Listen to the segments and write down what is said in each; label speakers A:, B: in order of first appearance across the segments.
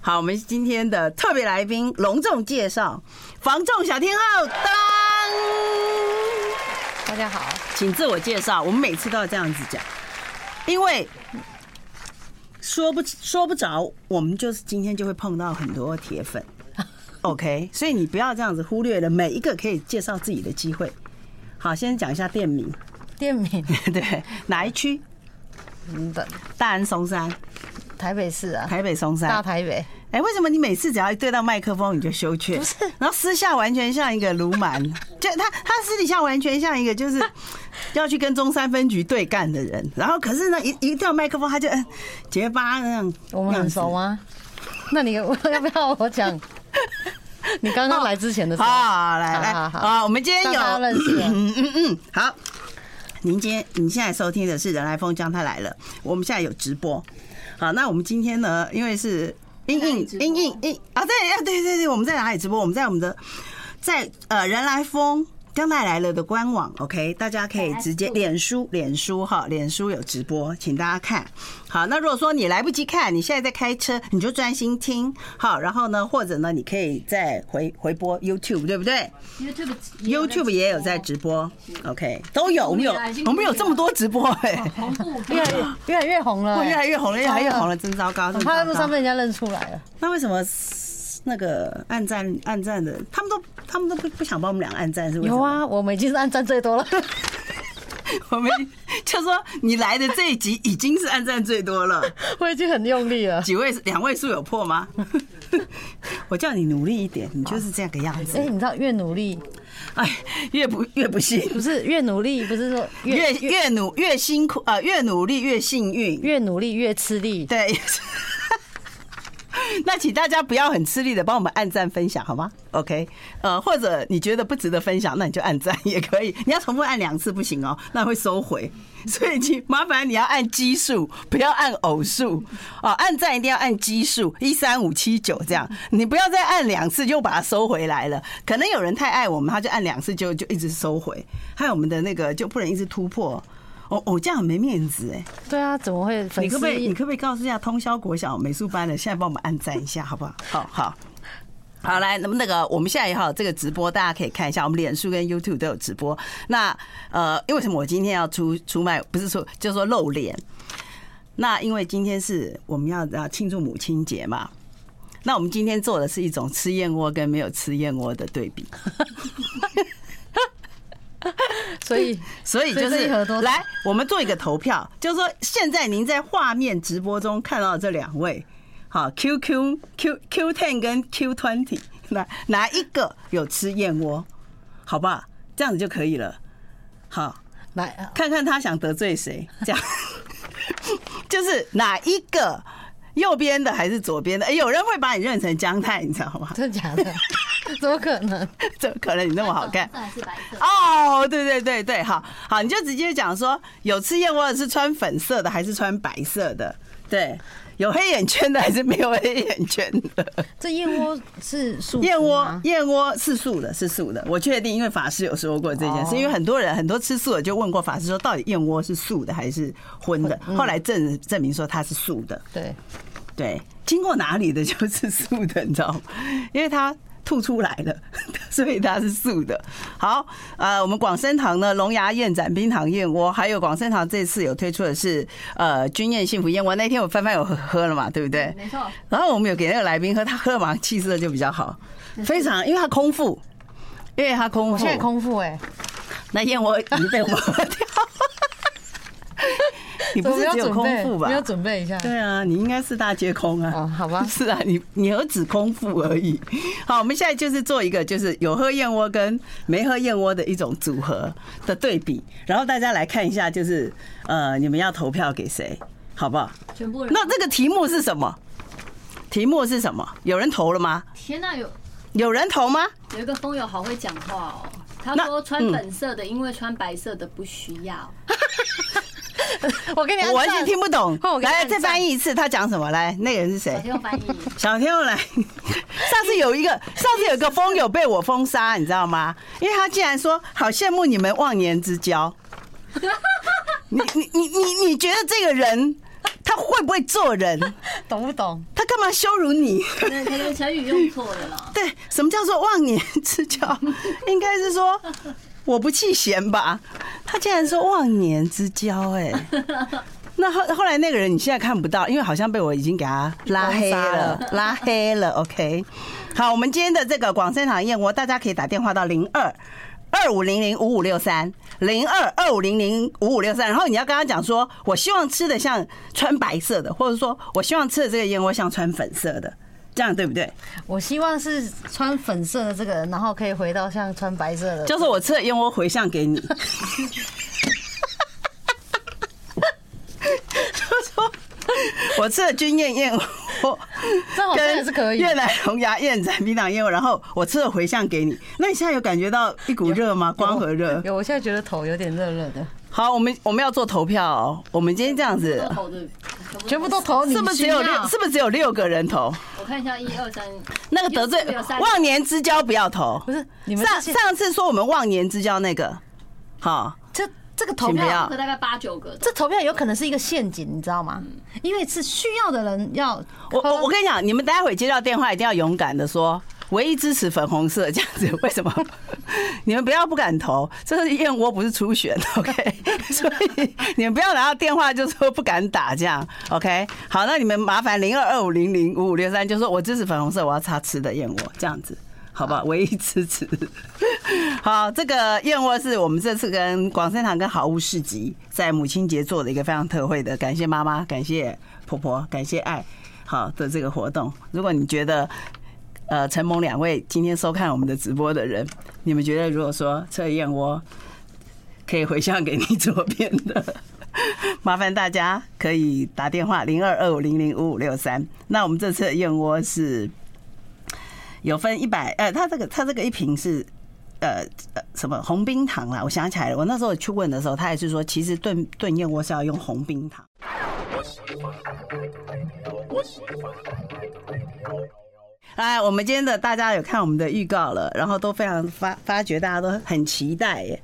A: 好，我们今天的特别来宾隆重介绍防重小天后，当，
B: 大家好，
A: 请自我介绍。我们每次都要这样子讲，因为说不说不着，我们就是今天就会碰到很多铁粉。OK，所以你不要这样子忽略了每一个可以介绍自己的机会。好，先讲一下店名，
B: 店名
A: 对，哪一区？
B: 嗯的
A: 大安松山，
B: 台北市啊，
A: 台北松山，
B: 大台北，
A: 哎、为什么你每次只要一对到麦克风你就羞怯？
B: 不是
A: 然后私下完全像一个鲁 蛮，就他他私底下完全像一个就是要去跟中山分局对干的人。然后可是呢，一一到麦克风他就嗯结巴那样。
B: 我们很熟啊吗？那你要不要 我讲？你刚刚来之前的时
A: 好？
B: 候，
A: 好，来
B: 好
A: 来
B: 好好
A: 啊，我们今天
B: 让
A: 有
B: 大家认识了
A: 嗯嗯嗯，好。您今天你现在收听的是《人来疯将他来了》，我们现在有直播。好，那我们今天呢，因为是英英英英英啊，对啊，对对对，我们在哪里直播？我们在我们的在呃《人来疯将他来了》的官网，OK，大家可以直接脸书脸书哈，脸书有直播，请大家看。好，那如果说你来不及看，你现在在开车，你就专心听。好，然后呢，或者呢，你可以再回回播 YouTube，对不对？
C: YouTube
A: YouTube 也有
C: 哦
A: 在直播，OK，都有，我们有
B: 哎
C: 已经
A: 我们有这么多直播哎、
C: 同 步
B: 越来越越来越红了
A: 哇，
B: 欸，
A: 哦越来越红了，越来越红了，哦真糟糕，真
B: 很怕
A: 糟
B: 在路哦上
A: 糕。
B: 被人家认出来了。
A: 那为什么那个暗战暗战的，他们都他们都不不想帮我们俩暗战是为什么？
B: 有，啊，我们已经是按赞 最多了，
A: 我们就说你来的这一集已经是暗战最多 了，
B: 我已经很用力 了。
A: 几位两位数有破吗？ 我叫你努力一点，你就是这样个样
B: 哎，
A: 子，
B: 你知道越努力
A: 哎，越不越不信，
B: 不是越努力，不是说
A: 越
B: 越越
A: 越努越辛苦，呃，越努力越幸运，
B: 越努力越吃力。
A: 对。 那请大家不要很吃力的帮我们按赞分享好吗？OK，呃，或者你觉得不值得分享，那你就按赞也可以。你要重复按两次不行哦，那会收回。 所以请麻烦你要按奇数，不要按偶数哦。按赞一定要按奇数，一三五七九这样，你不要再按两次就把它收回来了。可能有人太爱我们，他就按两次就就一直收回，还有我们的那个就不能一直突破。哦哦，这样很没面子哎、
B: 对啊，怎么会粉
A: 你可不可
B: 丝
A: 以？你可不可以告诉一下通宵国小美术班的，现在帮我们按赞一下，好不好？ 好好。好，来，那么那个，我们现在也好，这个直播大家可以看一下，我们脸书跟 YouTube 都有直播。那呃，因为什么我今天要出出卖，不是说就是说露脸？那因为今天是我们要要庆祝母亲节嘛，那我们今天做的是一种吃燕窝跟没有吃燕窝的对比。
B: 所以
A: 所以就
B: 所以
A: 是
B: 这一盒多少
A: 来，我们做一个投票，就是说现在您在画面直播中看到的这两位，好 QQ Q Q Ten 跟 Q Twenty，哪哪一个有吃燕窝，好吧，这样子就可以了。好，
B: 来哦
A: 看看他想得罪谁，这样 就是哪一个右边的还是左边的？哎，有人会把你认成姜太，你知道吗？
B: 真的假的？怎么可能？
A: 这可能你那么好看。
C: 色还是白色？
A: 哦，对对对对，好好，你就直接讲说，有吃燕窝的是穿粉色的还是穿白色的？对，有黑眼圈的还是没有黑眼圈的？
B: 这燕窝是素
A: 燕
B: 食
A: 窝
B: 吗
A: 燕窝是素的，是素的，我确定，因为法师有说过这件事，
B: 哦
A: 因为很多人很多吃素的就问过法师说，到底燕窝是素的还是荤的？后来证证明说它是素的，
B: 对，
A: 对，经过哪里的就是素的，你知道吗？因为它吐出来了， 所以它是素的。好，呃，我们广生堂呢，龙牙燕盏、冰糖燕窝，还有广生堂这次有推出的是呃君燕幸福燕窝。那天我翻翻有喝喝了嘛，对不对？
C: 没错，
A: 然后我们有给那个来宾喝，他喝了嘛，气色就比较好，非常，因为他空腹，因为他空腹，
B: 我现在空腹
A: 哦
B: 哎、
A: 那燕窝已经被我们喝掉。 你不
B: 我
A: 是
B: 没有
A: 只有
B: 准
A: 空
B: 备
A: 腹吧？
B: 没有准备 一下。
A: 对啊，你应该是大皆空啊。
B: 哦 好吧
A: 是啊，你你何止空腹而已。好，我们现在就是做一个，就是有喝燕窝跟没喝燕窝的一种组合的对比，然后大家来看一下，就是呃，你们要投票给谁，好不好？
C: 全部人。
A: 那这个题目是什么？题目是什么？有人投了吗？
C: 天呐，有
A: 有人投吗？
C: 有一个风友好会讲话哦。他
A: 那嗯
C: 说穿粉色的，因为穿白色的不需要。
B: 我给你按
A: 我完全
B: 赞
A: 听不懂
B: 换我。给你
A: 来，
B: 按
A: 再
B: 赞
A: 翻译一次，他讲什么？来，那个人是谁
C: 小？天后翻译，
A: 小天后来， 上次有一个，上次有一个风友被我封杀，你知道吗？因为他竟然说好羡慕你 们忘年之交。你你你你你觉得这个人？他会不会做人？
B: 懂不懂？
A: 他干嘛羞辱你？
C: 可能可能成语用错了 啦。
A: 对，什么叫做忘年之交？应该是说我不弃嫌吧。他竟然说忘年之交、哎，那后后来那个人你现在看不到，因为好像被我已经给他拉黑了，拉黑了。OK，好，我们今天的这个广生堂燕窝，大家可以打电话到零二。二五零零五五六三零二二五零零五五六三，然后你要跟他讲说，我希望吃的像穿白色的，或者说我希望吃的这个燕窝像穿粉色的，这样对不对？
B: 我希望是穿粉色的这个人，然后可以回到像穿白色的。
A: 就是我吃了燕窝回向给你。就说我吃了军燕燕窝，
B: 这好像也是可以
A: 越南红牙燕仔槟榔燕窝，然后我吃了回向给你。那你现在有感觉到一股热吗？光和热。
B: 有，我现在觉得头有点热热的，
A: 好，我们我们要做投票、哦。我们今天这样子，
C: 头的
B: 全部都。头你
A: 是不是只有
B: 熏
A: 六？
B: 啊
A: 是不是只有六个人投？
C: 我看一下，一二三，
A: 那个得罪
C: 有三
A: 忘年之交不要投
B: 不。是你们
A: 上
B: 这些
A: 上次说我们忘年之交那个，好，
B: 这这个投
A: 请不要
B: 票，
C: 大概八九个。
B: 这投票有可能是一个陷阱，你知道吗？因为是需要的人要
A: 我我我跟你讲，你们待会接到电话一定要勇敢的说，唯一支持粉红色 这样子。为什么？你们不要不敢投，这是燕窝不是初选，OK？所 以你们不要拿到电话就说不敢打这样，OK？好，那你们麻烦零二二五零零五五六三，就说我支持粉红色，我要擦吃的燕窝这样子。好吧，唯一支持。 好，这个燕窝是我们这次跟广生堂跟好物市集在母亲节做的一个非常特惠的，感谢妈妈，感谢婆婆，感谢爱好的这个活动。如果你觉得呃，承蒙两位今天收看我们的直播的人，你们觉得如果说测燕窝可以回向给你左边的， 麻烦大家可以打电话零二二五零零五五六三。那我们这次的燕窝是有分一百，呃，它这个它这个一瓶是。呃呃，什么红冰糖啦？我想起来了，我那时候去问的时候，他也是说，其实炖炖燕窝是要用红冰糖。哎，我们今天的大家有看我们的预告了，然后都非常发发觉，大家都很期待耶。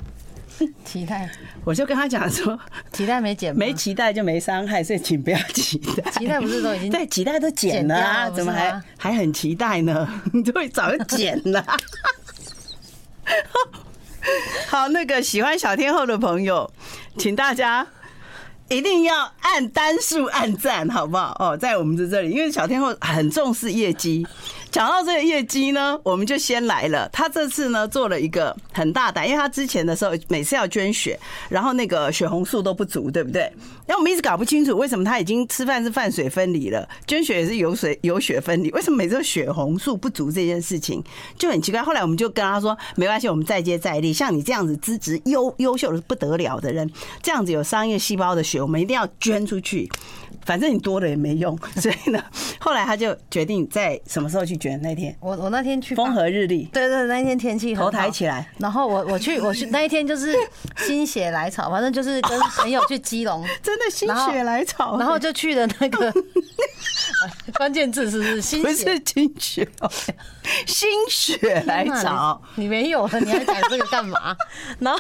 B: 期待，
A: 我就跟他讲说，
B: 期待没减吗，
A: 没期待就没伤害，所以请不要期 待。
B: 期待不是都已经
A: 对，期待都减了啊，
B: 剪掉了
A: 怎么
B: 不是
A: 还
B: 吗
A: 还很期待呢？ 你就会早就减了。 好，那个喜欢小天后的朋友，请大家一定要按单数按赞，好不好？哦，在我们的这里，因为小天后很重视业绩。讲到这个业绩呢，我们就先来了。他这次呢做了一个很大胆，因为他之前的时候每次要捐血，然后那个血红素都不足，对不对？那我们一直搞不清楚为什么他已经吃饭是饭水分离了，捐血也是有水有血分离，为什么每次都血红素不足这件事情就很奇怪。后来我们就跟他说，没关系，我们再接再厉。像你这样子资质优优秀的不得了的人，这样子有商业细胞的血，我们一定要捐出去。反正你多了也没用，所以呢，后来他就决定在什么时候去捐？那天
B: 我我那天去
A: 风
B: 吧，
A: 和日丽，
B: 对对，那一天天气很
A: 头抬
B: 好
A: 起来，
B: 然后我我去我去那一天就是心血来潮，反正就是跟朋友去基 隆，
A: 真的心血来潮，
B: 然后就去了那个 关键字是不是心
A: 不
B: 血
A: 是心血，心血来潮。，
B: 天哪你你没有了，你还讲这个干嘛？然后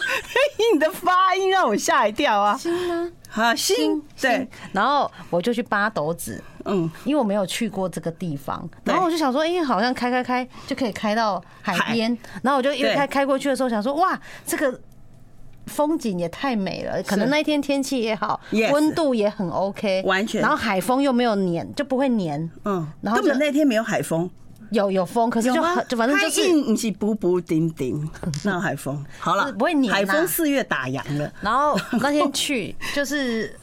A: 你的发音让我吓一跳啊！
B: 心呢？
A: 啊，心 对，
B: 然后我就去八斗子，
A: 嗯，
B: 因为我没有去过这个地方，
A: 对
B: 然后我就想说，哎，好像开开开就可以开到海边，然后我就因为
A: 对
B: 开开过去的时候想说，哇，这个。风景也太美了，可能那一天天气也好
A: Yes，
B: 温度也很 OK，
A: 完全
B: 然后海风又没有黏，就不会黏。
A: 嗯，
B: 然后
A: 根本
B: 就
A: 那天没有海风，
B: 有有风，可是就很就反正就是
A: 你是补补顶顶，那海风好了，
B: 不会黏啊
A: 海风四月打烊了，
B: 然后那天去就是。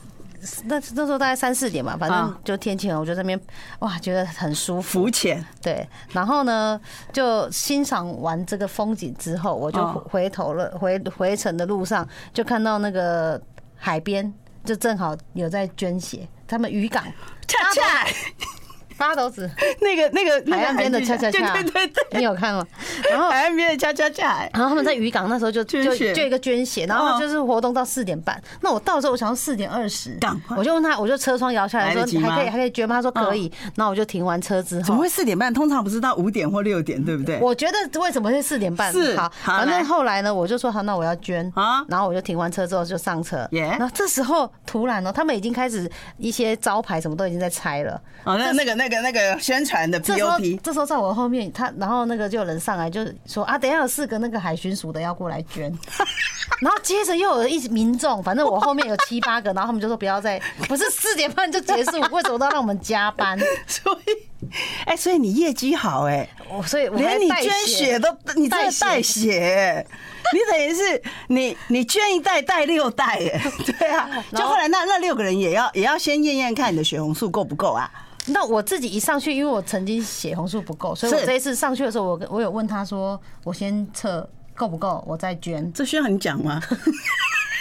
B: 那那时候大概三四点吧，反正
A: 啊
B: 就天气很好，我就在那边哇，觉得很舒服。
A: 浮潜
B: 对，然后呢，就欣赏完这个风景之后，我就
A: 哦
B: 回头了，回回程的路上就看到那个海边，就正好有在捐血，他们渔港
A: 恰恰
B: 八斗子
A: 那个那个那个
B: 海岸边的
A: 韩剧
B: 恰恰 恰，嗯哦
A: 对对对对，
B: 你有看吗？然后
A: 海岸边的恰恰恰，
B: 然后他们在渔港那时候就就
A: 捐
B: 就
A: 血哦
B: 一个捐血，然后他就是活动到四点半。那我到的时候，我想要四点二十
A: 赶，快
B: 我就问他，我就车窗摇下来
A: 来得
B: 说
A: 及吗哦
B: 还可以还可以捐吗？他说可以。然后我就停完车之
A: 怎么
B: 后，
A: 会四点半？通常不是到五点或六点，对不对？
B: 我觉得为什么会四点半？
A: 是
B: 好，
A: 好
B: 反
A: 来
B: 正后来呢，我就说好，那我要捐
A: 啊
B: 然后我就停完车之后就上车。
A: 耶
B: 然后这时候突然呢，他们已经开始一些招牌什么都已经在拆了。
A: 哦，那那个那个那个宣传的
B: 这时候
A: POP，，
B: 这时候在我后面，他然后那个就有人上来就说啊，等一下有四个那个海巡署的要过来捐， 然后接着又有一民众，反正我后面有七八个，然后他们就说不要再，不是四点半就结束，为什么都要让我们加班？
A: 所以，哎，所以你业绩好哎、
B: 我所以我还
A: 连你
B: 带
A: 捐血都，你真的带
B: 带
A: 血欸、你等于是你你捐一袋带六袋哎、 对啊，就
B: 哦然后
A: 后来那那六个人也要也要先验验看你的血红素够不够啊，
B: 那我自己一上去，因为我曾经血红素不够，所以我
A: 是
B: 这一次上去的时候，我跟我有问他说，我先测够不够，我再捐。
A: 这需要你讲 吗？这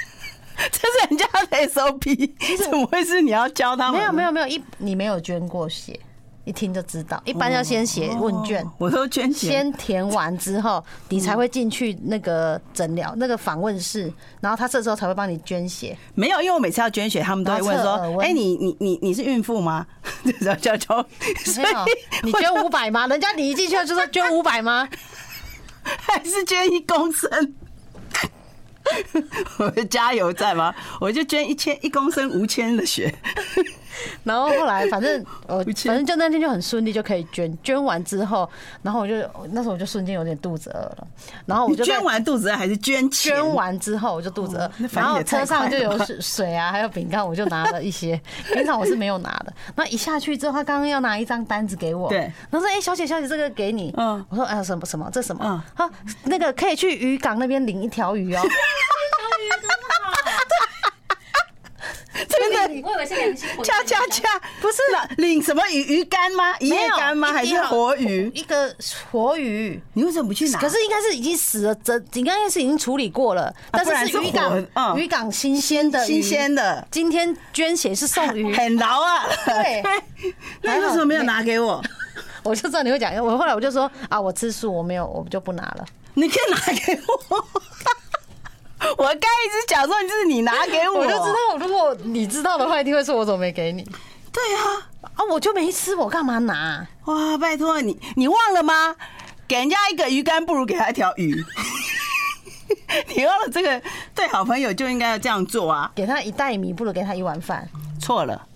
A: 是人家的 SOP，怎么会是你要教他们？
B: 没有没有没有，一你没有捐过血，一听就知道，一般要先写问卷。
A: 哦我都捐血，
B: 先填完之后，你才会进去那个诊疗、那个访问室，然后他这时候才会帮你捐 血。
A: 没有，因为我每次要捐血，他们都会问
B: 然后测耳
A: 说：“
B: 温
A: 哎、你你你你是孕妇吗？” 然后就就，所
B: 没有，
A: 以
B: 你
A: 我
B: 捐五百吗？人家你一进去就说捐五百吗？
A: 还是捐一公升。 我的加油站吗？我就捐一千一公升无铅的血，
B: 然后后来反正呃，
A: 不
B: 反
A: 去
B: 正就那天就很顺利就可以捐。捐完之后，然后我就那时候我就瞬间有点肚子饿了，然哦后我
A: 你
B: 就在
A: 捐完肚子饿还是捐钱？
B: 捐完之后我就肚子饿
A: 哦那，反
B: 然
A: 应
B: 后
A: 也太
B: 车
A: 快
B: 上就
A: 了
B: 有
A: 吧
B: 水水啊，还有饼干，我就拿了 一些。平常我是没有拿的。那一下去之后，他刚刚要拿一张单子给我，
A: 对
B: 然后说：“哎，小姐，小姐，这个给你。”
A: 嗯
B: 嗯，我说：“哎呀，什么什么，这什
A: 嗯
B: 么？啊，那个可以去渔港那边领一条鱼哦。
C: 小雨真好，
A: 真的
C: 我以为是良心回馈
A: 恰恰恰不是了，领什么鱼鱼干吗？一夜干吗？
B: 一
A: 还
B: 定
A: 是
B: 要
A: 活鱼？
B: 一个活鱼。”
A: 你为什么不去拿？啊
B: 可是应该是已经死了，这应该是已经处理过了，但
A: 不然
B: 是
A: 是
B: 是渔
A: 活嗯
B: 港渔港新鲜的
A: 新
B: 鱼
A: 鲜。的，
B: 今天捐血是送鱼，
A: 很牢啊。
B: 对，
A: 那你为什么没有拿给我？
B: 我就知道你会讲，我后来我就说啊，我吃素，我没有，我就不拿了。
A: 你可以拿给我。 我刚一直讲说，就是你拿给我，
B: 我就知。道，如果你知道的话，一定会说我怎么没给你
A: 对啊，
B: 啊？我就没吃，我干嘛拿、
A: 哇，拜托你，你忘了吗？给人家一个鱼竿，不如给他一条鱼。 你忘了这个对好朋友就应该要这样做啊！
B: 给他一袋米，不如给他一碗饭。
A: 错了，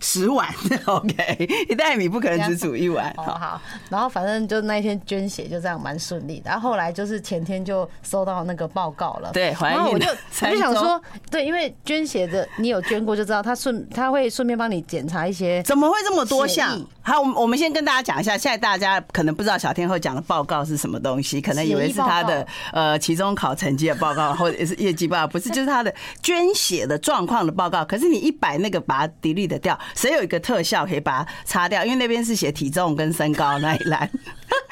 A: 十碗 ，OK，一袋米不可能只煮一碗。
B: 哦
A: 好，
B: 好，然后反正就那一天捐血就这样蛮顺利的，然后后来就是前天就收到那个报告了，
A: 对怀孕
B: 然后我就
A: 了
B: 我
A: 三
B: 就想
A: 周
B: 说，对，因为捐血的你有捐过就知道，他顺他会顺便帮你检查一些
A: 怎么会这么多
B: 协
A: 项
B: 议？
A: 好，我们我们先跟大家讲一下，现在大家可能不知道小天后讲的报告是什么东西，可能以为是他
B: 协议
A: 的
B: 报
A: 呃期中考成绩的报告，或者是业绩报告，不是，就是他的捐血的状况的报告。可是你一百那个把它 delete 掉，谁有一个特效可以把它擦掉？因为那边是写体重跟身高那一栏，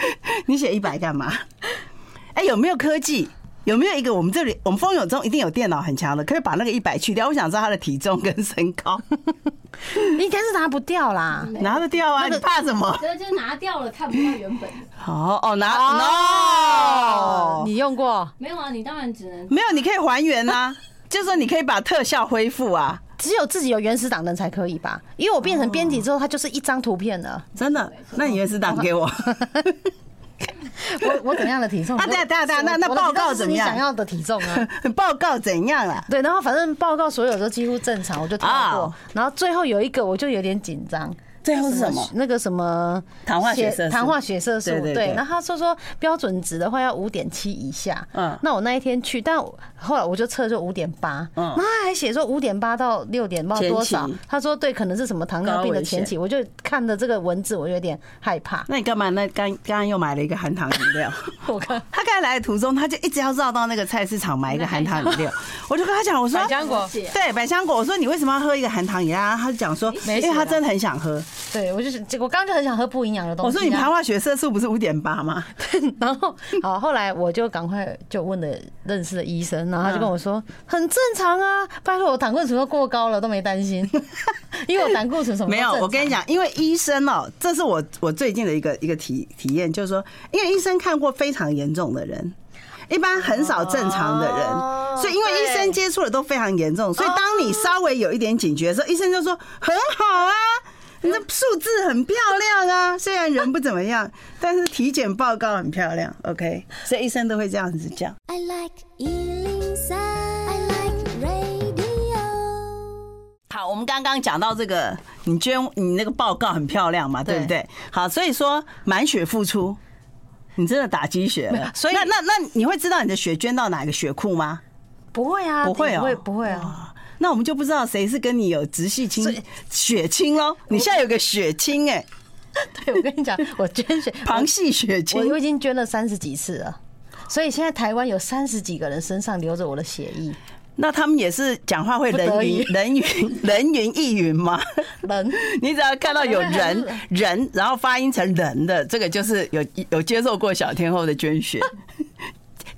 A: 你写一百干嘛？哎，有没有科技？有没有一个我们这里我们风友中一定有电脑很强的，可以把那个一百去掉？我想知道他的体重跟身高，
B: 应该是拿不掉啦。
A: 拿得掉啊？你怕什么？
C: 这就拿掉了，看不到原本的。
A: 哦哦，拿 no，
B: 你用过？
C: 没有啊，你当然只能
A: 没有， 你可以还原啊，就是说你可以把特效恢复啊，
B: 只有自己有原始档的人才可以吧？因为我变成编辑之后，它就是一张图 片了。
A: 真的。那你原始档给我，
B: 我我怎样的体重？
A: 啊对啊对啊对啊那那
B: 我的体重
A: 报告
B: 是
A: 怎么样
B: 你想要的体重啊？
A: 报告怎样啊？
B: 对，然后反正报告所有都几乎正常，我就跳
A: 啊
B: 过。然后最后有一个我就有点紧张。
A: 最后是什么？
B: 那个什么
A: 糖化血色素
B: 糖化血色素
A: 对对对
B: 对。然后他说说标准值的话要五点七以下，
A: 嗯
B: 嗯，那我那一天去，但我后来我就测就五点八，
A: 嗯
B: 嗯，那还写说五点八到六点八
A: 前期
B: 多少？他说对，可能是什么糖尿病的前期，我就看的这个文字我有点害怕，
A: 那你干嘛？那刚刚刚又买了一个含糖饮料。
B: 我看
A: 他刚才来的途中，他就一直要绕到那个菜市场买一个含糖饮料。我就跟他讲，我说
D: 百香果，
C: 解啊
A: 对百香果，我说你为什么要喝一个含糖饮料？他就讲说，
B: 没
A: 因
B: 事
A: 为他
B: 啦
A: 真的很想喝。
B: 对我就是我刚刚就很想喝不营养的东西、
A: 我
B: 啊。
A: 说你排化血色素不是五点八吗？
B: 然后好，后来我就赶快就问了认识的医生，然后他就跟我说很正常啊，拜托我胆固醇都过高了都没担 心，因为我胆固醇什么都
A: 没有，我跟你
B: 正常，
A: 讲，因为医生哦、这是我我最近的一个一个体体验，就是说，因为医生看过非常严重的人，一般很少正常的
B: 哦
A: 人，所以因为医生
B: 对
A: 接触的都非常严重，所以当你稍微有一点警觉的时候，医生就说很好啊。
B: 嗯
A: 你的数字很漂亮啊，虽然人不怎么样，但是体检报告很漂亮。OK，所以医生都会这样子讲。
E: I like Ealing Sound. I like radio.
A: 好，我们刚刚讲到这个，你捐你那个报告很漂亮嘛，对不
B: 对
A: 对？好，所以说满血复出，你真的打鸡血了。
B: 所以
A: 那那那你会知道你的血捐到哪个血库吗？
B: 不会啊，
A: 不会哦
B: 不会不会啊，
A: 那我们就不知道谁是跟你有直系亲
B: 所以
A: 血亲喽。你现在有个血亲哎、
B: 对我跟你讲，我捐血，
A: 旁系血
B: 我
A: 亲
B: 我。已经捐了三十几次了。所以现在台湾有三十几个人身上流着我的血液，
A: 那他们也是讲话会人云
B: 不
A: 人云人云亦云吗？
B: 人
A: 你只要看到有人
B: 嗯
A: 人，然后发音成人的，这个就是有有接受过小天后的捐 血，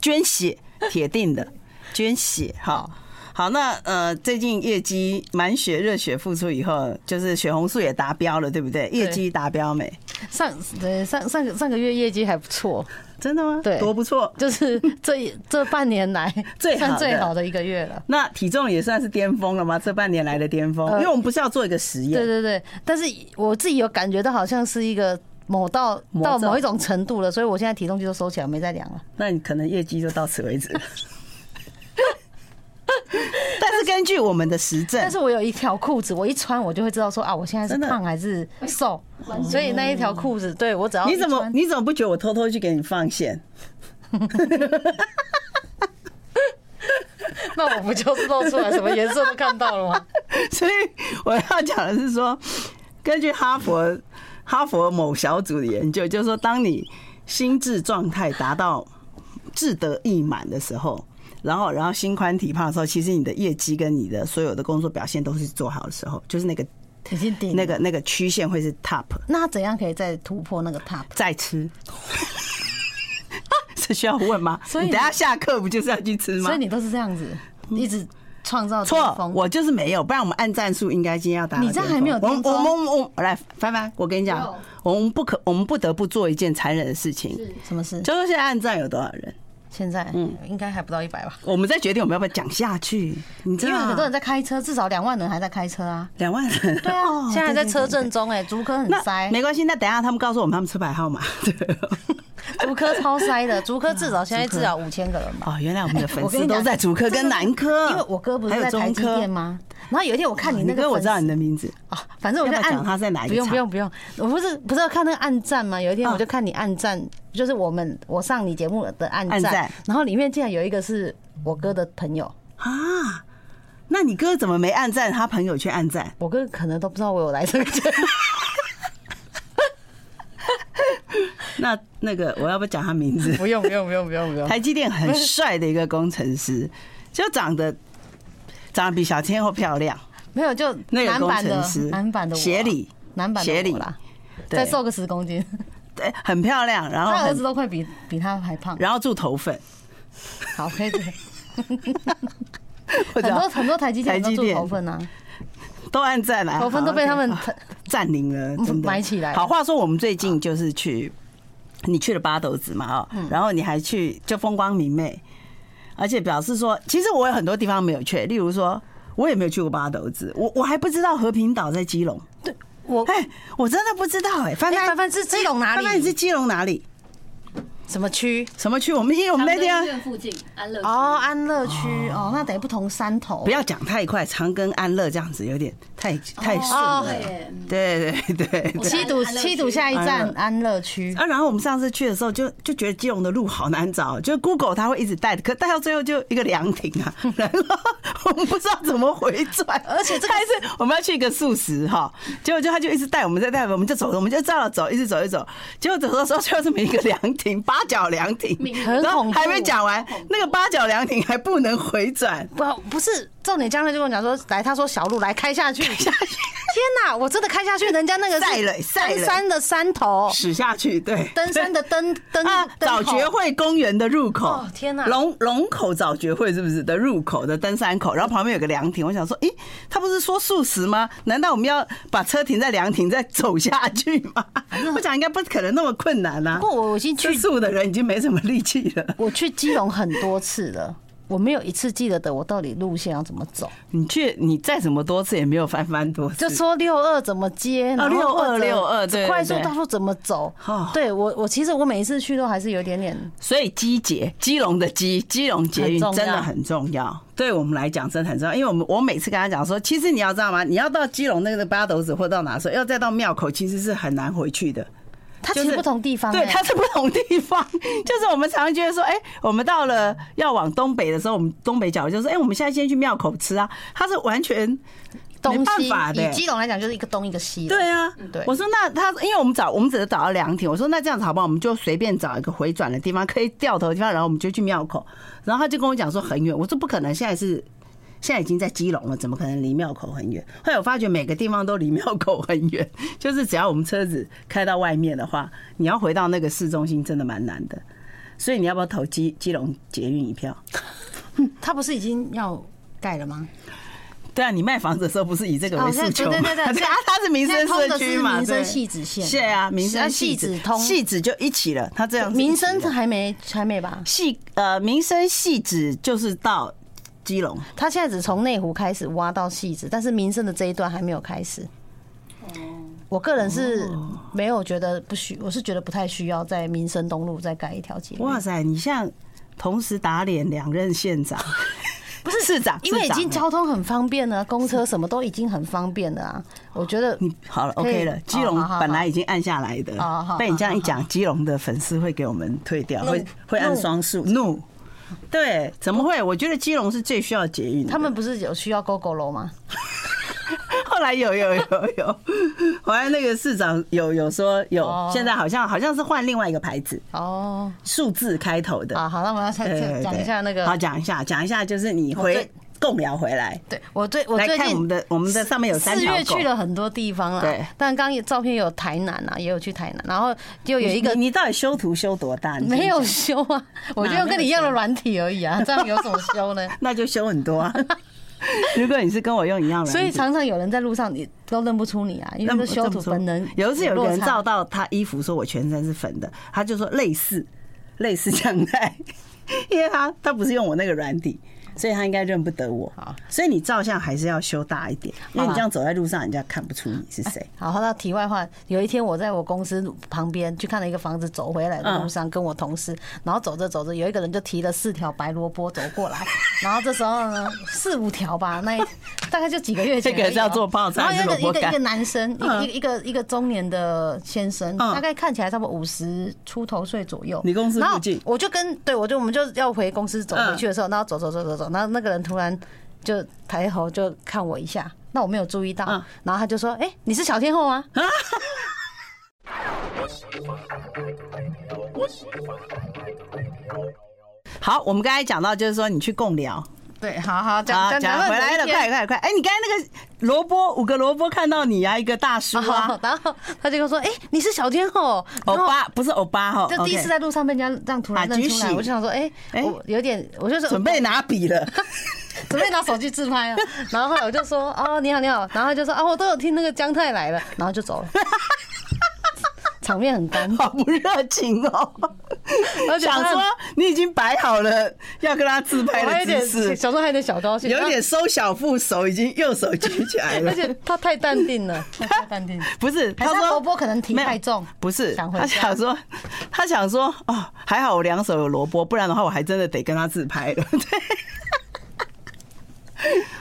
A: 捐血铁定的捐血。好，好，那呃，最近业绩满血热血复出以后，就是血红素也达标了，对不对？业绩达标没？
B: 上对上上个上个月业绩还不错，
A: 真的吗？
B: 对
A: 多不错。
B: 就是这这半年来
A: 最好的
B: 算最好的一个月了。
A: 那体重也算是巅峰了吗？这半年来的巅峰，因为我们不是要做一个实验，
B: 呃对对对，但是我自己有感觉到好像是一个某到
A: 魔
B: 到
A: 咒嗯
B: 某一种程度了，所以我现在体重计都收起来，没再量了。
A: 那你可能业绩就到此 为止。但是根据我们的实证
B: 但，是我有一条裤子，我一穿我就会知道说啊，我现在
A: 真
B: 是
A: 的哎
B: 胖还是瘦，所以那一条裤子，对我只要
A: 你
B: 一
A: 怎么
B: 穿
A: 你怎么不觉得我偷偷去给你放线？
B: 那我不就是露出来什么颜色都看到 了吗？
A: 所以我要讲的是说，根据哈佛哈佛某小组的研究，就是说，当你心智状态达到志得意满的时候，然后然后心宽体胖的时候，其实你的业绩跟你的所有的工作表现都是做好的时候，就是那个
B: 已经顶
A: 那。个那个曲线会是 top
B: 那他怎样可以再突破那个 top？
A: 再 吃。这需要问吗？
B: 所以
A: 你等一下下课不就是要去吃吗？嗯
B: 所以你都是这样子，一直创造巅
A: 错，
B: 峰
A: 我就是没有，不然我们按战术应该今天要打。
B: 你这样还没有
A: 我
B: 巅
A: 们我
B: 峰
A: 们我们我们来翻翻，我跟你讲
C: 有，
A: 我们不可，我们不得不做一件残忍的事情，
C: 是
B: 什么事？
A: 就是现在按战有多少人，
B: 现在嗯，应该还不到一百吧。
A: 我们再决定我们要不要讲下去。你知
B: 因为很多
A: 道
B: 人在开车，至少两万人还在开车啊。
A: 两万人，哦
B: 对啊，现在还在车阵中哎、竹科很
A: 那
B: 塞，
A: 没关系，那等一下他们告诉我们他们车牌号 码。对
B: 竹科超塞的，竹科至 少现在至少五千个人吧。
A: 哦，原来我们的粉
B: 我跟
A: 丝
B: 你
A: 都
B: 讲
A: 在主科跟南科，
B: 因为我哥不
A: 嗯还
B: 是
A: 有
B: 在台积
A: 中科哦
B: 电？吗？然后有一天我看你那
A: 你
B: 个，
A: 哥我知道你的名字，
B: 啊，反正我就
A: 要不要
B: 按
A: 讲他在哪一个
B: 不用
A: 厂嗯
B: 不用不用，我不是不是要看那个暗战吗？有一天我就看你暗战，就是我们我上你节目的暗
A: 暗
B: 战
A: 战，
B: 然后里面竟然有一个是我哥的朋友，
A: 啊。那你哥怎么没按赞？他朋友去按赞，
B: 我哥可能都不知道我有来这个节目。
A: 那那个我要不要讲他名字？
B: 不用不用不用不用不用，
A: 台积电很帅的一个工程师，就长得长得比小天后漂亮，
B: 没有就
A: 那个
B: 男
A: 工
B: 版
A: 程
B: 的
A: 师，
B: 男版的我啊
A: 协理，
B: 男版
A: 协
B: 的
A: 理
B: 我啦，再
A: 对，
B: 瘦个十公斤。
A: 对，很漂亮，然后
B: 他儿
A: 很
B: 子都快比比他还胖。
A: 然后住头份，
B: 好，可以。
A: 我知
B: 很
A: 道
B: 多很多台积电
A: 台
B: 都
A: 积
B: 住
A: 电
B: 头份啊，
A: 都按赞啊，
B: 头份
A: 好
B: 都被他们
A: OK，好占领了，真的
B: 买嗯起来了
A: 好，话说我们最近就是去，你去了八斗子嘛啊，
B: 嗯
A: 然后你还去就风光明媚，而且表示说，其实我有很多地方没有去，例如说。我也没有去过八斗子，我我还不知道和平岛在基隆，
B: 我
A: 哎、我真的不知道哎、翻
B: 哎，
A: 翻
B: 凡凡是基隆哪
A: 那你是
B: 里？
A: 基隆哪里？
B: 什么区？
A: 什么区？我们因为我们那
C: 长庚
A: 天
C: 医院附近安乐区
B: 哦，安乐区哦，那等于不同山头
A: 不。要讲太快，长庚安乐这样子有点太太顺了。
B: 哦
C: 对，嗯
A: 对对对对。
B: 七堵
C: 安乐区
B: 七堵下一
A: 安
B: 站
A: 乐
B: 安乐区，
A: 啊，然后我们上次去的时候就就觉得基隆的路好难找，就是 Google 它会一直带，可带到最后就一个凉亭啊，然后我们不知道怎么回转，而且这还是我们要去一个素食哈，结果就他就一直带我们在带，我们就走了，我们就照了走，一直走一直走，结果走的时候最后这么一个凉亭，八八角凉亭
C: 命，运
B: 很
A: 然后
B: 恐怖
A: 啊还没讲完
C: 恐怖，
A: 那个八角凉亭还不能回转，
B: 不不是重点，江乐就跟我讲说，来，他说小路来开下去，天哪，我真的开下去，人家那个
A: 晒
B: 是
A: 了晒了
B: 登山的山头，
A: 驶下去，对，
B: 哦登山的登登
A: 啊，
B: 登
A: 早
B: 口
A: 觉会公园的入口，
B: 哦天哪
A: 龙龙口早觉会是不是的入口的登山口？然后旁边有个凉亭，我想说，诶，他不是说素食吗？难道我们要把车停在凉亭再走下去吗？我想应该不可能那么困难呐、啊。
B: 不过我已经去
A: 吃素的人已经没什么力气了。
B: 我去基隆很多次了，我没有一次记得的，我到底路线要怎么走？
A: 你去，你再怎么多次也没有翻翻多次，
B: 就说六二怎么接，然后
A: 哦六二
B: 或者
A: 六二对对
B: 快速
A: 对
B: 道路怎么走
A: 哦？
B: 对我，我其实我每一次去都还是有一点点，
A: 所以基捷，基隆的基，基隆捷运
B: 很重要
A: 真的很重要，对我们来讲真的很重要。因为我们我每次跟他讲说，其实你要知道吗？你要到基隆那个八斗子或到哪时候，要再到庙口，其实是很难回去的。
B: 它其
A: 就
B: 实
A: 是
B: 不同地方、
A: 对，
B: 欸
A: 它是不同地方。 就是我们常常觉得说，哎，我们到了要往东北的时候，我们东北角就说，哎，我们现在先去庙口吃啊。它是完全没
B: 东
A: 办
B: 西
A: 法的
B: 以基隆来讲就是一个东一个西了。
A: 对啊，
B: 对
A: 我说那他，因为我们找我们只是找到凉亭，我说那这样子好不好？我们就随便找一个回转的地方，可以掉头的地方，然后我们就去庙口。然后他就跟我讲说很远，我说不可能，现在是现在已经在基隆了，怎么可能离庙口很远？后来我发觉每个地方都离庙口很远， 就是只要我们车子开到外面的话，你要回到那个市中心真的蛮难的。所以你要不要投基基隆捷运一票？
B: 它不是已经要盖了吗？
A: 对啊，你卖房子的时候不是以这个为
B: 哦
A: 诉
B: 对
A: 求
B: 对
A: 吗？
B: 对对 对
A: 啊，它是民生
B: 现在通
A: 社
B: 的
A: 区
B: 是
A: 嘛，
B: 民生
A: 对
B: 汐止线
A: 是啊，民生
B: 啊汐止通
A: 汐止就一起了，它这样子一
B: 民
A: 起了
B: 生还没还没吧？
A: 系呃民生汐止就是到基隆，
B: 它现在只从内湖开始挖到细子，但是民生的这一段还没有开始。我个人是没有觉得不需，我是觉得不太需要在民生东路再盖一条街。
A: 哇塞，你像同时打脸两任县 长，不是市长，
B: 因为已经
A: 市长
B: 交通很方便了，公车什么都已经很方便了啊。我觉得
A: 哦你好了
B: 可以
A: ，OK 了。基
B: 哦
A: 隆
B: 好好好
A: 本来已经按下来的
B: 哦好好，
A: 被你这样一讲，基隆的粉丝会给我们退掉，会会按双数怒。对，怎么会？我觉得基隆是最需要捷运的。
B: 他们不是有需要 GoGo 楼吗？
A: 后来有有有有，后来那个市长有有说有
B: 哦，
A: 现在好像好像是换另外一个牌子，
B: 哦，
A: 数字开头的。
B: 啊，好，那我们要再
A: 对
B: 再
A: 对
B: 讲一下那
A: 对好，
B: 个。
A: 讲一下，讲一下，就是你
B: 我
A: 回
B: 最
A: 共聊回来，
B: 对我最我
A: 来
B: 最
A: 看我们
B: 近
A: 的我们的上面有三
B: 四
A: 条
B: 月
A: 狗
B: 去。了很多地方啦，
A: 对
B: 但刚刚也照片有台南啊，也有去台南，然后就有一个
A: 你你到底修图修多大？你先
B: 没有
A: 讲，
B: 修 啊，我就
A: 哪
B: 用跟你一样
A: 没有修
B: 的软体而 已啊，这样有什么修 呢？
A: 那就修很多啊。 如果你是跟我用一样的，
B: 所以常常有人在路上你都认不出你啊，因为
A: 那
B: 这修图本能
A: 有一次有个
B: 落
A: 人
B: 差
A: 照到他衣服，说我全身是粉的，他就说类似类似样态， 因为他他不是用我那个软底，所以他应该认不得我
B: 好。
A: 所以你照相还是要修大一点，因为
B: 好
A: 你
B: 啊
A: 这样走在路上，人家看不出你是谁。
B: 好，那题外话，有一天我在我公司旁边去看了一个房子，走回来的路上跟我同事，然后走着走着，有一个人就提了四条白萝卜走过来， 然后这时候呢，四五条吧，那一大概就几个月前而已哦，
A: 这个叫做泡菜
B: 然后有一
A: 萝
B: 个
A: 卜
B: 一个
A: 干
B: 一个男生，一个一个一个一个中年的先生，
A: 嗯
B: 大概看起来差不多五十出头岁左右。
A: 你公司
B: 然后
A: 附近
B: 我就跟对，我就我们就要回公司走
A: 嗯
B: 回去的时候，然后走走走走走，然后那个人突然就抬头就看我一下，那我没有注意到
A: 嗯，
B: 然后他就说：“哎，你是小天后吗？”
A: 好，我们刚才讲到就是说你去共聊，
B: 对，好好
A: 好
B: 讲讲
A: 讲
B: 到
A: 回来了，
B: 哪一天
A: 快快快！哎，你刚才那个萝卜五个萝卜看到你啊，一个大叔啊
B: 好，， 哦然后他就跟我说：“哎、你是小天后。”
A: 欧
B: 然后
A: 巴不是欧巴哈，
B: 这第一次
A: OK
B: 在路上被人家这样突然
A: 啊
B: 认
A: 举
B: 出来，
A: 起
B: 我就想说：“哎、
A: 哎
B: 我有点，我就是
A: 准备拿笔了，
B: 准备拿手机 自拍啊。”然后后来我就说：“哦，你好，你好。”然后他就说：“啊，我都有听那个姜太来了。”然后就走了， 场面很 尴尬。
A: 好不热情哦。
B: 而且
A: 想
B: 他
A: 说你已经摆好了要跟他自拍
B: 我还
A: 的
B: 有点
A: 姿势，
B: 小时候还有点小高兴，
A: 有一点收小腹，手已经右手举起来
B: 然后。
A: 了
B: 而。且他太淡 定了，他太淡定了。
A: 不是，
B: 还
A: 他
B: 是
A: 说
B: 他萝卜可能提
A: 没有
B: 太重
A: 不是，
B: 想回
A: 他
B: 家
A: 想说，他想说，哦，还好我两手有萝卜，不然的话我还真的得跟他自拍了。 对，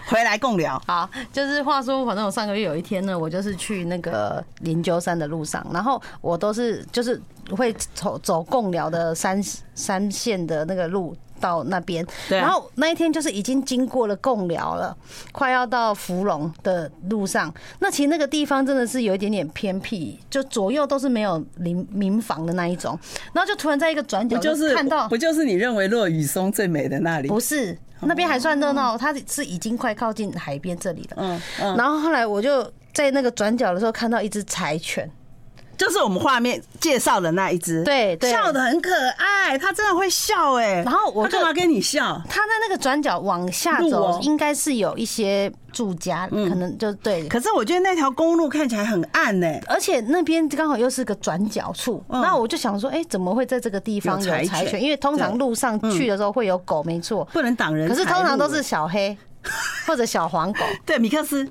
A: 回来共聊。
B: 好，就是话说，反正我上个月有一天呢，我就是去那个灵鹫山的路上，然后我都是就是会走走共寮的山山线的那个路。到那边。
A: 对啊
B: 然后那一天就是已经经过了贡寮了，快要到芙蓉的路上。那其实那个地方真的是有一点点偏僻，就左右都是没有民民房的那一种。然后就突然在一个转角
A: 不就是
B: 看到
A: 不就是你认为落雨松最美的那里？
B: 不是，那边还算热闹，它是已经快靠近海边这里了。
A: 哦嗯嗯，
B: 然后后来我就在那个转角的时候看到一只柴犬，
A: 就是我们画面介绍的那一只，
B: 对对
A: 笑的很可爱，它真的会笑哎、
B: 然后我
A: 它
B: 就
A: 干嘛跟你笑？
B: 它在那个转角往下
A: 路哦嗯
B: 走，应该是有一些住家，可能就对。
A: 可是我觉得那条公路看起来很暗呢、
B: 而且那边刚好又是个转角处，
A: 嗯
B: 那我就想说，哎，怎么会在这个地方
A: 有
B: 有
A: 柴
B: 柴
A: 犬
B: 犬？因为通常
A: 对嗯
B: 路上去的时候会有狗，没错。
A: 不能挡人
B: 可
A: 财路。欸
B: 是通常都是 小黑或者小黄狗，
A: 对米克斯，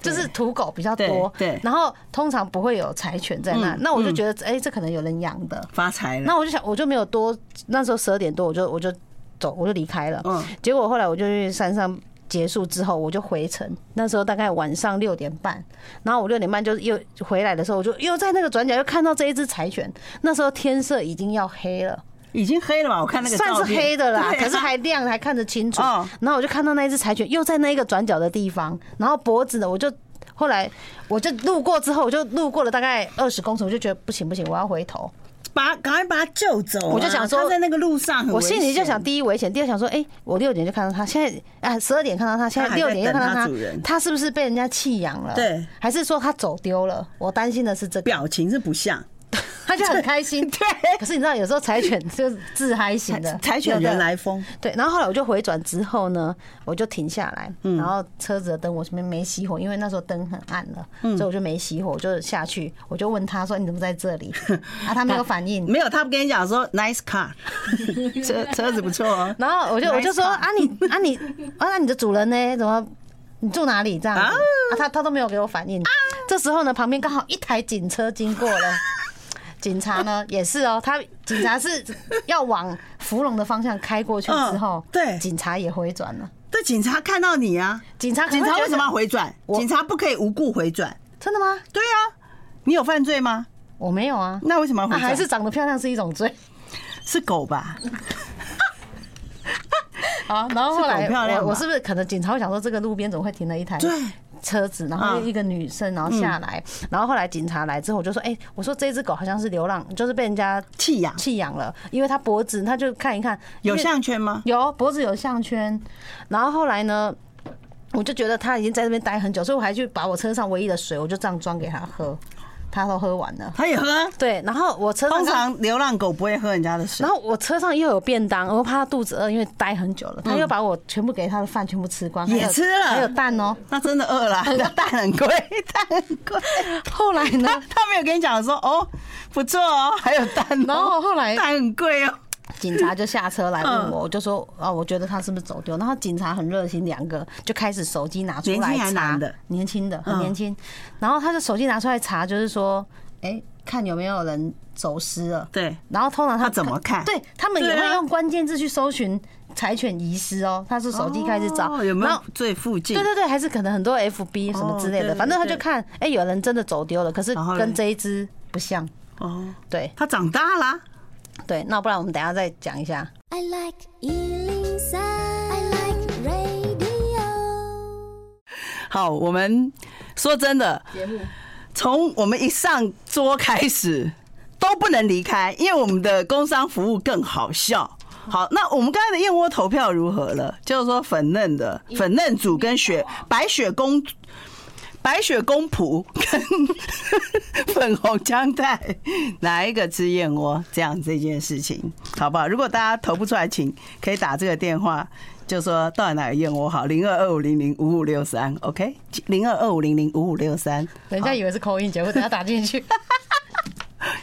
B: 就是土狗比较多。
A: 对对
B: 然后通常不会有柴犬在那，
A: 嗯
B: 那我就觉得，哎，这可能有人养的。
A: 发财了。
B: 那我就想，我就没有多，那时候十二点多，我就我就走，我就离开了。
A: 嗯
B: 结果后来我就去山上结束之后，我就回城。那时候大概晚上六点半，然后我六点半就又回来的时候，我就又在那个转角又看到这一只柴犬。那时候天色已经要黑了，
A: 已经黑了吧？我看那个
B: 算是
A: 照片
B: 黑的啦，
A: 对啊
B: 可是还亮，还看得清楚。
A: 哦
B: 然后我就看到那一只柴犬又在那一个转角的地方，然后脖子呢，我就。后来我就路过之后，我就路过了大概二十公尺，我就觉得不行不行，我要回头。
A: 把赶快把它救走啊。
B: 我就想说
A: 它在那个路上，
B: 我心里就想，，第一危险，第二想说，哎、我六点就看到他，现在啊十二点看到他，现在
A: 还
B: 六
A: 在
B: 点又
A: 等
B: 看到
A: 他
B: 他
A: 主人，
B: 他是不是被人家弃养了？
A: 对，
B: 还是说他走丢了？我担心的 是这个，
A: 表情是不像
B: 他就很开心。
A: 对
B: 可是你知道，有时候柴犬就是自嗨型的，
A: 柴
B: 有
A: 犬
B: 的
A: 人来疯，
B: 对，然后后来我就回转之后呢，我就停下来，
A: 嗯
B: 然后车子的灯我这边没熄火，因为那时候灯很暗了，
A: 嗯
B: 所以我就没熄火，我就下去，我就问他说：“你怎么在这里？”啊，他没有反应，
A: 没有 他不跟你讲说 nice car，车车子不错哦。
B: 然后我就我就说
A: Nice
B: 啊你啊你啊那你的主人呢？怎么你住哪里这样子？
A: 啊
B: 啊他他都没有给我反应。这时候呢，旁边刚好一台警车经过了。警察呢也是哦，他警察是要往芙蓉的方向开过去之后
A: 嗯，对
B: 警察也回转了。
A: 但警察看到你啊，
B: 警察可
A: 警
B: 能
A: 察
B: 会觉
A: 为什么
B: 得
A: 要回转？
B: 我
A: 警察不可以无故回转。
B: 真的吗？
A: 对啊，你有犯罪吗？
B: 我没有啊，
A: 那为什么要回
B: 啊
A: 转？
B: 还是长得漂亮是一种罪
A: 是狗吧？
B: 啊。然后后
A: 是
B: 来
A: 狗漂亮吧
B: 我我是不是可能警察会想说这个路边怎么会停了一台
A: 对，
B: 车子，然后
A: 嗯
B: 一个女生，然后下来，然后后来警察来之后，我就说，哎、我说这只狗好像是流浪，就是被人家
A: 弃养
B: 弃养了，因为它脖子，他就看一看，因
A: 有
B: 为
A: 项圈吗？
B: 有脖子有项圈，然后后来呢，我就觉得它已经在这边待很久，所以我还去把我车上唯一的水，我就这样装给它喝，它都喝完了。
A: 他也喝。啊
B: 对，然后我车上
A: 通
B: 刚
A: 常流浪狗不会喝人家的水
B: 然。后我车上又有便当，我怕他肚子饿，因为待很久了，他又把我全部给他的饭全部吃光，
A: 嗯也
B: 还有
A: 吃了
B: 还有蛋哦。
A: 那真的饿 了，那蛋很贵，蛋很贵。
B: 后来呢
A: 他，他没有跟你讲说哦，不错哦，还有蛋、哦。
B: 然后后来
A: 蛋很贵哦，
B: 警察就下车来问
A: 嗯
B: 我，我就说啊，我觉得他是不是走丢？然后警察很热心，两个就开始手机拿出
A: 年轻
B: 来
A: 还
B: 查
A: 男的，
B: 年轻的很
A: 嗯
B: 年轻。然后他就手机拿出来查，就是说，哎，看有没有人走失了。
A: 对
B: 然后通常他
A: 他怎么看
B: 对他们也
A: 对啊
B: 会用关键字去搜寻柴犬遗失哦，他是手机开始找
A: 哦有没
B: 然
A: 有
B: 后
A: 最附近？
B: 对对对，还是可能很多 FB 什么之
A: 哦
B: 类
A: 对
B: 的，
A: 对
B: 反正他就
A: 对
B: 看，哎，有人真的走丢了，可是
A: 然后嘞
B: 跟这一只不像。
A: 哦，
B: 对
A: 他长大啦，
B: 对，那不然我们等一下再讲一下。
E: I like Ealing Sound. I like radio.
A: 好，我们说真的，
C: 节目
A: 从我们一上桌开始都不能离开，因为我们的工商服务更好笑。好，那我们刚才的燕窝投票如何了？就是说粉嫩的粉嫩组跟雪白雪公白雪公仆跟 粉红姜太哪一个吃燕窝？这样这件事情好不好？如果大家投不出来，请可以打这个电话，就说到底哪个燕窝好？零二二五零零五五六三，OK？零二二五零零五五六三。
B: 人家以为是口音节目，等下打 进去。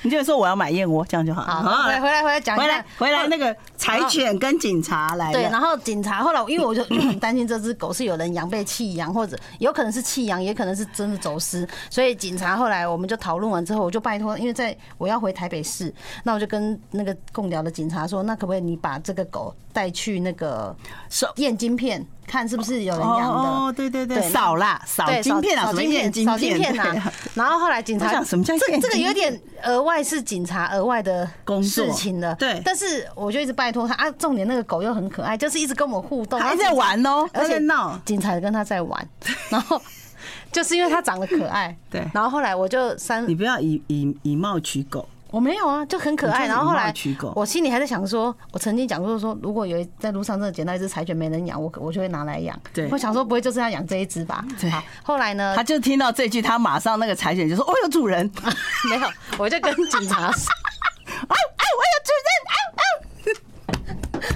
A: 你就说我要买燕窝，这样就好。
B: 好回来回来回来讲一下
A: 回来回来那个柴犬跟警察来了
B: 对，然后警察后来，因为我就就很担心这只狗是有人养被弃养，或者有可能是弃养，也可能是真的走失，所以警察后来我们就讨论完之后，我就拜托，因为在我要回台北市，那我就跟那个共寮的警察说，那可不可以你把这个狗带去那个
A: 收
B: 验晶片看是不是有人养的。
A: 哦，对对对，
B: 对
A: 扫啦，扫
B: 对，
A: 晶片啊，
B: 扫
A: 什么
B: 晶
A: 验
B: 片，
A: 晶
B: 扫晶
A: 片
B: 片
A: 对
B: 呐
A: 啊。
B: 然后后来警
A: 我
B: 察
A: 想什么叫
B: 这
A: 验
B: 这个
A: 晶
B: 有点额外是警察额外的
A: 工作
B: 事情了。
A: 对
B: 但是我就一直拜托他啊，重点那个狗又很可爱，就是一直跟我互动，
A: 还
B: 然后
A: 在玩哦，
B: 而
A: 还
B: 且嗯
A: 在闹，
B: 警察跟他在玩，然后就是因为他长得可爱，
A: 对
B: 然后后来我就三
A: 你不要以以以貌取狗，
B: 我没有啊，就很可
A: 你就
B: 爱。
A: 是
B: 然后后
A: 以貌
B: 来
A: 取狗
B: 我心里还在想说，我曾经讲过说，如果有一在路上真的捡到一只柴犬没人养，我我就会拿来养。
A: 对
B: 我想说不会就是要养这一只吧。
A: 对
B: 好，后来 呢
A: 他，就听到这句，他马上那个柴犬就说：“哦，有主 人，哎
B: 没有，我就跟警察 说，
A: 哎，我有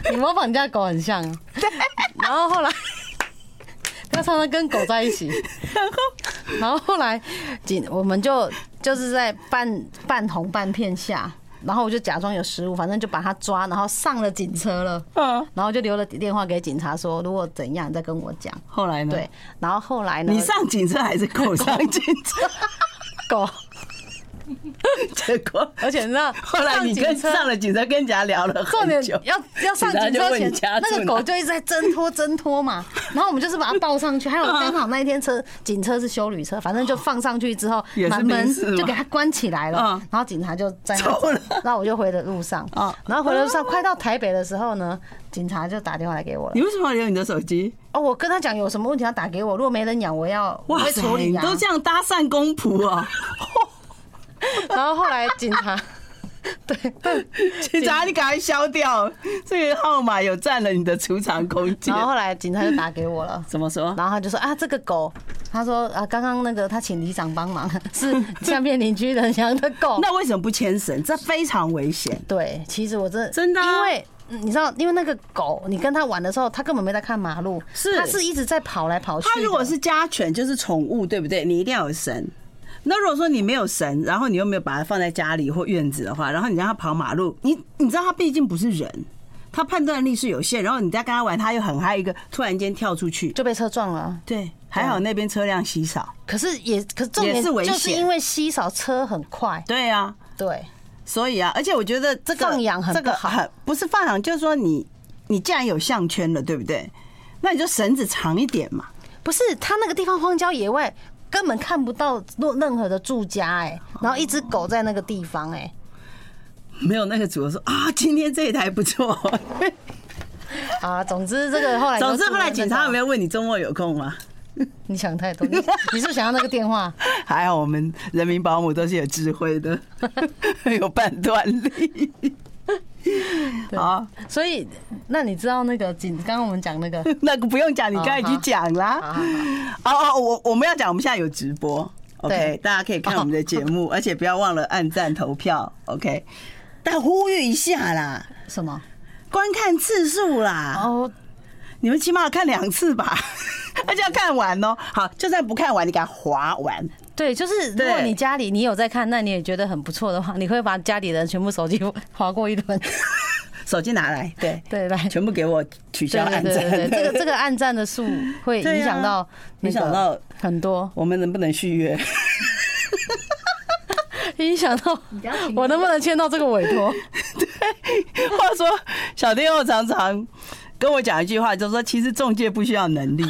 B: 你模仿人家狗很像啊。然后后来，他常常跟狗在一 起。然后后来，警我们就就是在半半红半片下，然后我就假装有失误，反正就把他抓，然后上了警车了。
A: 主人。”嗯，
B: 然后就留了电话给警察说，如果怎样你再跟我讲。
A: 后来呢？
B: 对，，然后后来呢？
A: 嗯你上警车还是狗上警 车？
B: 狗，
A: 结果
B: 而且你知道，
A: 后来你跟
B: 警车
A: 上了警车，跟人家聊了
B: 重
A: 很
B: 点
A: 久。
B: 要要上
A: 警
B: 警
A: 察
B: 车
A: 就问你
B: 前
A: 家，住
B: 那个
A: 哪
B: 狗就一直在挣脱挣 脱嘛，然后我们就是把它抱上去，还
A: 啊
B: 有刚好那一天车警车是修理车，反正就放上去之后
A: 也，是
B: 把
A: 没
B: 门
A: 事嘛
B: 就给它关起来了
A: 嗯，
B: 然后警察就在那
A: 走了
B: 然后我就回的路上
A: 哦，
B: 然后回的路上快到台北的时候呢，警察就打电话来给我了
A: 你，为什么要留你的手机？
B: 哦，我跟他讲有什么问题要打给我，如果没人养我要我
A: 哇
B: 会
A: 塞，
B: 处理
A: 你
B: 啊，
A: 都这样搭讪公仆 啊！
B: 然后后来警察。对，但
A: 警察，你赶快消掉这个号码，有占了你的储藏空间
B: 然。后后来警察就打给 我了，
A: 怎么说？
B: 然后他就说啊，这个狗，他说啊，刚刚那个他请里长帮忙， 是下面邻居人养的狗。
A: 那为什么不牵绳？这非常危险。
B: 对，其实我真的
A: 真的啊
B: 因为嗯你知道，因为那个狗，你跟它玩的时候，它根本没在看马路，
A: 是
B: 它是一直在跑来跑去的。
A: 它如果是家犬，就是宠物，对不对？你一定要有绳。那如果说你没有绳，然后你又没有把它放在家里或院子的话，然后你让它跑马路，你你知道它毕竟不是人，它判断力是有限。然后你在跟它玩，它又很嗨，一个突然间跳出去，
B: 就被车撞了，
A: 对，还
B: 啊
A: 好那边车辆稀少。
B: 可是也可是重
A: 也
B: 点
A: 是危
B: 就是
A: 险
B: 因为稀少车很快，
A: 对啊，
B: 对
A: 所以啊，而且我觉得这个
B: 放养很
A: 这个
B: 不好
A: 很不是放养，就是说你你既然有项圈了，对不对？那你就绳子长一点嘛。
B: 不是，它那个地方荒郊野外，根本看不到任任何的住家哎、然后一只狗在那个地方哎、
A: 没有那个主人说啊，今天这一台不 错。
B: 啊，总之这个后来就
A: 总之后来警察有没
B: 有？
A: 有问你周末有空吗？
B: 你想太多，你你是不是想要那个电话？
A: 还好我们人民保姆都是有智慧的， 有判断力。 好，啊
B: 所以那你知道那个警，刚刚我们讲那个，
A: 那个不用讲，你刚才已经讲
B: 好
A: 啦。哦哦，我我们要讲，我们现在有直播，OK，
B: 对
A: 大家可以看我们的节 目，而且不要忘了按赞投票，OK。但呼吁一下啦，
B: 什么？
A: 观看次数啦，
B: 哦，
A: 你们起码要看两次吧， 而且要看完哦。好，就算不看完，你给它划完。
B: 对，就是如果
A: 对
B: 你家里你有在看，那你也觉得很不错的话，你会把家里人全部手机 划过一轮，
A: 手机拿来，对
B: 对来
A: 全部给我取消
B: 对
A: 按
B: 对
A: 赞。
B: 对对，这个这个按赞的数会
A: 对
B: 影
A: 啊
B: 响到那
A: 影响到
B: 个很多，
A: 我们能不能续约？
B: 影响到
C: 不要停
B: 我能不能签到这个委 托？
A: 话说，小天后常常跟我讲一句话，就说其实中介不需要能力，因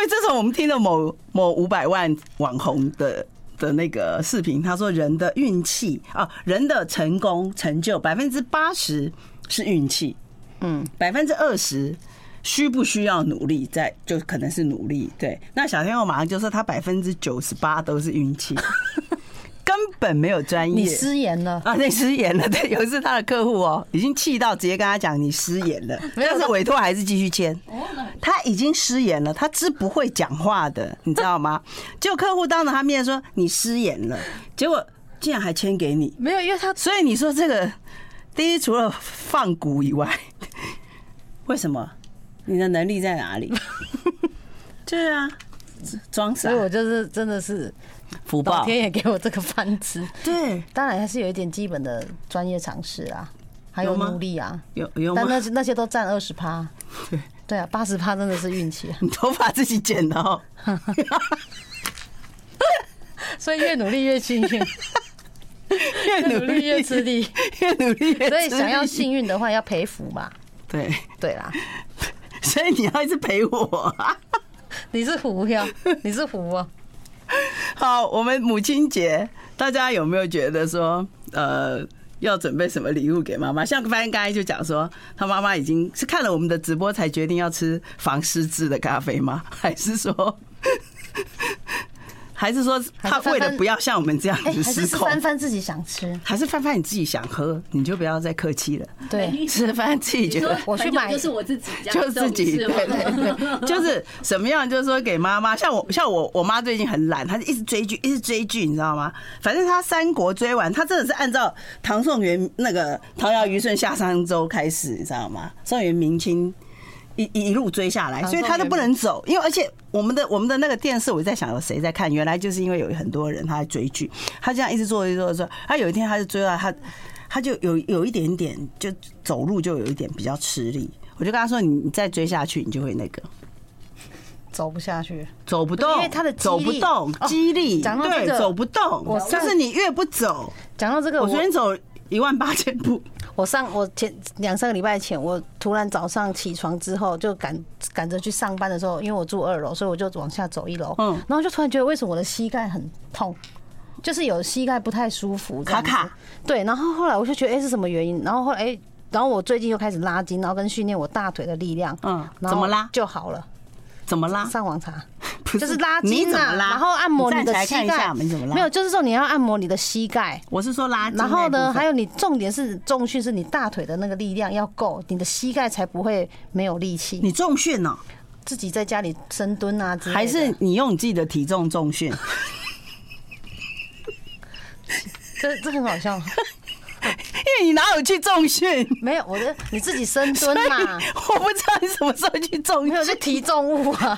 A: 为这是我们听了某某五百万网红的。的那个视频，他说人的运气啊，人的成功成就百分之八十是运气，
B: 嗯，
A: 百分之二十需不需要努力，在就可能是努力。对，那小天后马上就说他百分之九十八都是运 气，根本没有专业。
B: 你失言了。
A: 啊，那失言了。对，有 一次他的客户哦，已经气到直接跟他讲你失言了，
B: 没有
A: 但是委托还是继续签。
C: 哦，那
A: 他已经失言了，他是不会讲话的，你知道吗？ 结果客户当着他面说你失言 了，结果竟然还签给你。
B: 没有，因为他
A: 所以你说这个，第一除了放股以外， 为什么你的能力在哪 里？对啊，装傻
B: 所以我就是真的是
A: 福
B: 老
A: 报。
B: 天也给我这个饭吃。
A: 对，
B: 当然还是有一点基本的专业常识啊，还有
A: 有吗
B: 努力啊，
A: 有有吗
B: 但？那些那些都占二十 趴，
A: 对
B: 对啊，八十趴真的是运气啊，
A: 你 头发自己剪的 哦。
B: 所以越努力越幸 运，
A: 越
B: 越
A: 努
B: 努
A: 力
B: 力越吃力，
A: 越努力越
B: 所以想要
A: 幸
B: 幸运的话要培福嘛，
A: 对，
B: 对啦，
A: 所以你要一直陪我、啊。
B: 你是虎呀，你是虎啊，
A: 好，我们母亲节，大家有没有觉得说，呃，要准备什么礼物给妈妈？像翻刚才就讲说，他妈妈已经是看了我们的直播才决定要吃防湿质的咖啡吗？ 还是说，还是说他为了不要像我们这样
B: 哎、
A: 子哦
B: 还是
A: 失
B: 是
A: 控
B: 帆？帆自己想吃，
A: 还是范范你自己想喝，你就不要再客气了。
B: 对，
A: 是范范自己觉
C: 你
A: 得
C: 说
B: 我去
C: 朋友
B: 买
C: 就是我自己这样，
A: 就自己
C: 这
A: 对
C: 种事吗
A: 对对，就是什么样，就是说给妈妈，像我像我我妈最近很懒，她就一直追剧，一直追剧，你知道吗？反正她三国追完，她真的是按照唐宋元那个唐尧虞舜夏商周开始，你知道吗？宋元明清。一一路追下来，
B: 唐
A: 所以
B: 宋
A: 她都
B: 元
A: 不能走，因为而且我们的我们的那个电视，我在想有谁在看，原来就是因为有很多人他在追剧，他这样一直做一直做一直做，他有一天他就追到他，他就有有一点点就走路就有一点比较吃力，我就跟他说你你再追下去你就会那个
B: 走不下去。
A: 走不动，
B: 因为他的肌力
A: 走不动
B: 哦
A: 肌力，
B: 讲到这
A: 对
B: 个
A: 走不动
B: 我，
A: 就
B: 上
A: 是你越不走，
B: 讲到这个，
A: 我
B: 我
A: 昨天走一万八千步，
B: 我上我前两三个礼拜前，我突然早上起床之后就赶赶着去上班的时候，因为我住二楼，所以我就往下走一楼，
A: 嗯
B: 嗯，然后就突然觉得为什么我的膝盖很痛。就是有膝盖不太舒服，这样子
A: 卡卡。
B: 对，然后后来我就觉得，哎、是什么原因？然后后来，哎、然后我最近又开始拉筋，然后跟训练我大腿的力量，
A: 嗯
B: 嗯，
A: 怎么拉
B: 就好了。
A: 怎么拉？
B: 上网查，
A: 不
B: 就是拉
A: 你
B: 筋
A: 怎
B: 啊，
A: 么拉？
B: 然后按摩你
A: 站起
B: 的
A: 来
B: 膝
A: 看一下
B: 盖
A: 我们怎么拉？
B: 没有，，就是说你要按摩你的膝盖，
A: 我是说拉筋那
B: 然
A: 啊一部分。
B: 后呢，还有你重点是重训，是你大腿的那个力量要够，你的膝盖才不会没有力气。
A: 你重训哦，
B: 自己在家里深蹲啊之类的，
A: 还是你用你自己的体重重 训？
B: 这这很好笑。
A: 因为你哪有去重训？
B: 没有，我的你自己深
A: 所
B: 蹲
A: 以
B: 嘛，
A: 我不知道你什么时候去重
B: 没有就
A: 训。
B: 提重物啊。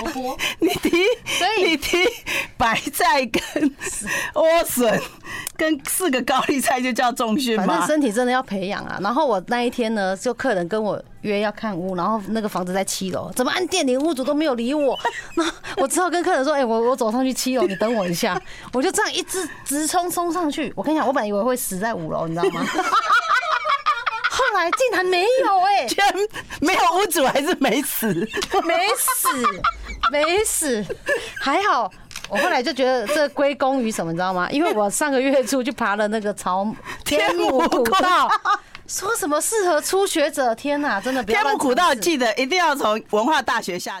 C: 萝卜
A: 你提
B: 所，以
A: 你提白菜跟莴笋跟四个高丽菜就叫重训
B: 反正
A: 吗？
B: 身体真的要培养啊。然后我那一天呢，就客人跟我约要看屋，然后那个房子在七楼，怎么按电铃屋主都没有理我。 那我只好跟客人说：“哎、我我走上去七楼，你等我一下。” 我就这样一直直冲冲上去。我跟你讲，我本来以为会死在五楼，你知道吗？ 后来竟然没有哎、
A: 居然没有屋主还是没死，
B: 没死，没死，还好。我后来就觉得这归功于什么，你知道吗？因为我上个月初去爬了那个朝 天母古 道，说什么适合初学者，天哪，真的不要
A: 天
B: 乱
A: 目古道
B: 尝试
A: 记得一定要从文化大学下去。